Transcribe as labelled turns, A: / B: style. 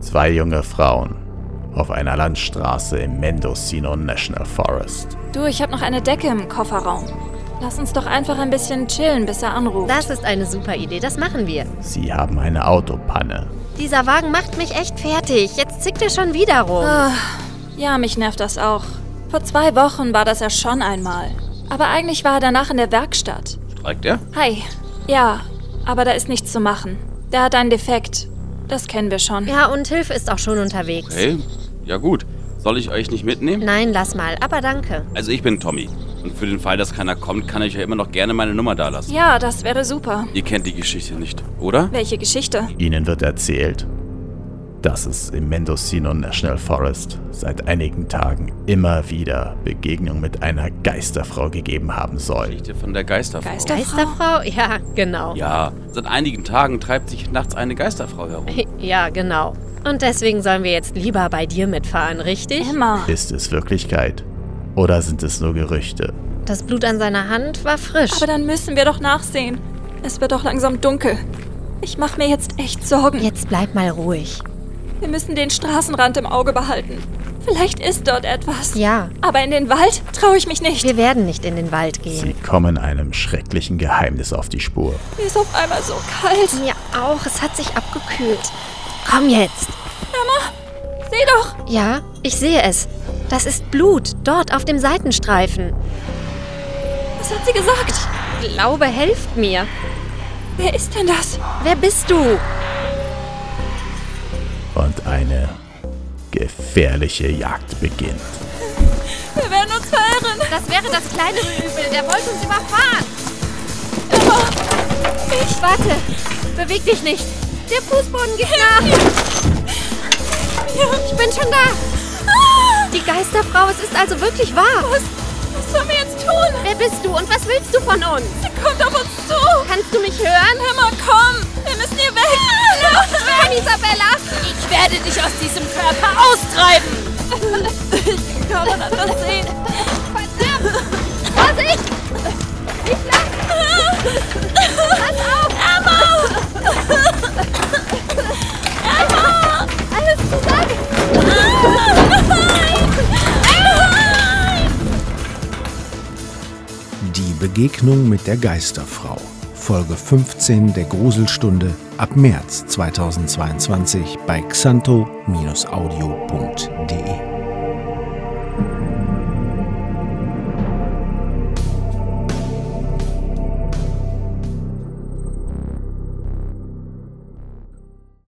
A: Zwei junge Frauen auf einer Landstraße im Mendocino National Forest.
B: Du, ich habe noch eine Decke im Kofferraum. Lass uns doch einfach ein bisschen chillen, bis er anruft.
C: Das ist eine super Idee, das machen wir.
A: Sie haben eine Autopanne.
C: Dieser Wagen macht mich echt fertig. Jetzt zickt er schon wieder rum.
B: Ah, ja, mich nervt das auch. Vor zwei Wochen war das ja schon einmal. Aber eigentlich war er danach in der Werkstatt.
D: Streikt er?
B: Hi. Ja, aber da ist nichts zu machen. Der hat einen Defekt. Das kennen wir schon.
C: Ja, und Hilfe ist auch schon unterwegs.
D: Okay, ja gut. Soll ich euch nicht mitnehmen?
C: Nein, lass mal, aber danke.
D: Also ich bin Tommy. Und für den Fall, dass keiner kommt, kann ich ja immer noch gerne meine Nummer dalassen.
B: Ja, das wäre super.
D: Ihr kennt die Geschichte nicht, oder?
B: Welche Geschichte?
A: Ihnen wird erzählt, dass es im Mendocino National Forest seit einigen Tagen immer wieder Begegnungen mit einer Geisterfrau gegeben haben soll.
D: Geschichte von der Geisterfrau.
B: Geister-
C: Geisterfrau? Ja, genau.
D: Ja, seit einigen Tagen treibt sich nachts eine Geisterfrau herum.
C: Ja, genau. Und deswegen sollen wir jetzt lieber bei dir mitfahren, richtig?
B: Emma.
A: Ist es Wirklichkeit oder sind es nur Gerüchte?
C: Das Blut an seiner Hand war frisch.
B: Aber dann müssen wir doch nachsehen. Es wird doch langsam dunkel. Ich mache mir jetzt echt Sorgen.
C: jetzt bleib mal ruhig.
B: Wir müssen den Straßenrand im Auge behalten. Vielleicht ist dort etwas.
C: Ja,
B: Aber in den Wald traue ich mich nicht.
C: wir werden nicht in den Wald
A: Sie
C: gehen.
A: kommen einem schrecklichen Geheimnis auf die Spur.
B: Mir ist auf einmal so kalt.
C: Mir auch, es hat sich abgekühlt. Komm jetzt.
B: Seh doch.
C: Ja, ich sehe es. Das ist Blut, dort auf dem Seitenstreifen.
B: Was hat sie gesagt?
C: Glaube, helft mir.
B: Wer ist denn das?
C: Wer bist du?
A: und eine gefährliche Jagd beginnt.
B: Wir werden uns verirren.
C: Das wäre das kleinere Übel. Der wollte uns überfahren. Ich warte. Beweg dich nicht. Der Fußboden geht nach. Ich bin schon da. Die Geisterfrau, es ist also wirklich wahr.
B: Was sollen wir jetzt tun?
C: Wer bist du und was willst du von uns?
B: Sie kommt auf uns zu.
C: Kannst du mich hören?
B: Emma, komm. Wir müssen hier weg. Los,
C: Komm, Isabella.
B: Ich werde dich aus diesem Körper austreiben. Ich kann man anders sehen.
C: Verdammt. Vorsicht. Nicht lang. Pass auf. Emma. Emma. Alles zusammen.
E: Die Begegnung mit der Geisterfrau. Folge 15 der Gruselstunde ab März 2022 bei xanto-audio.de.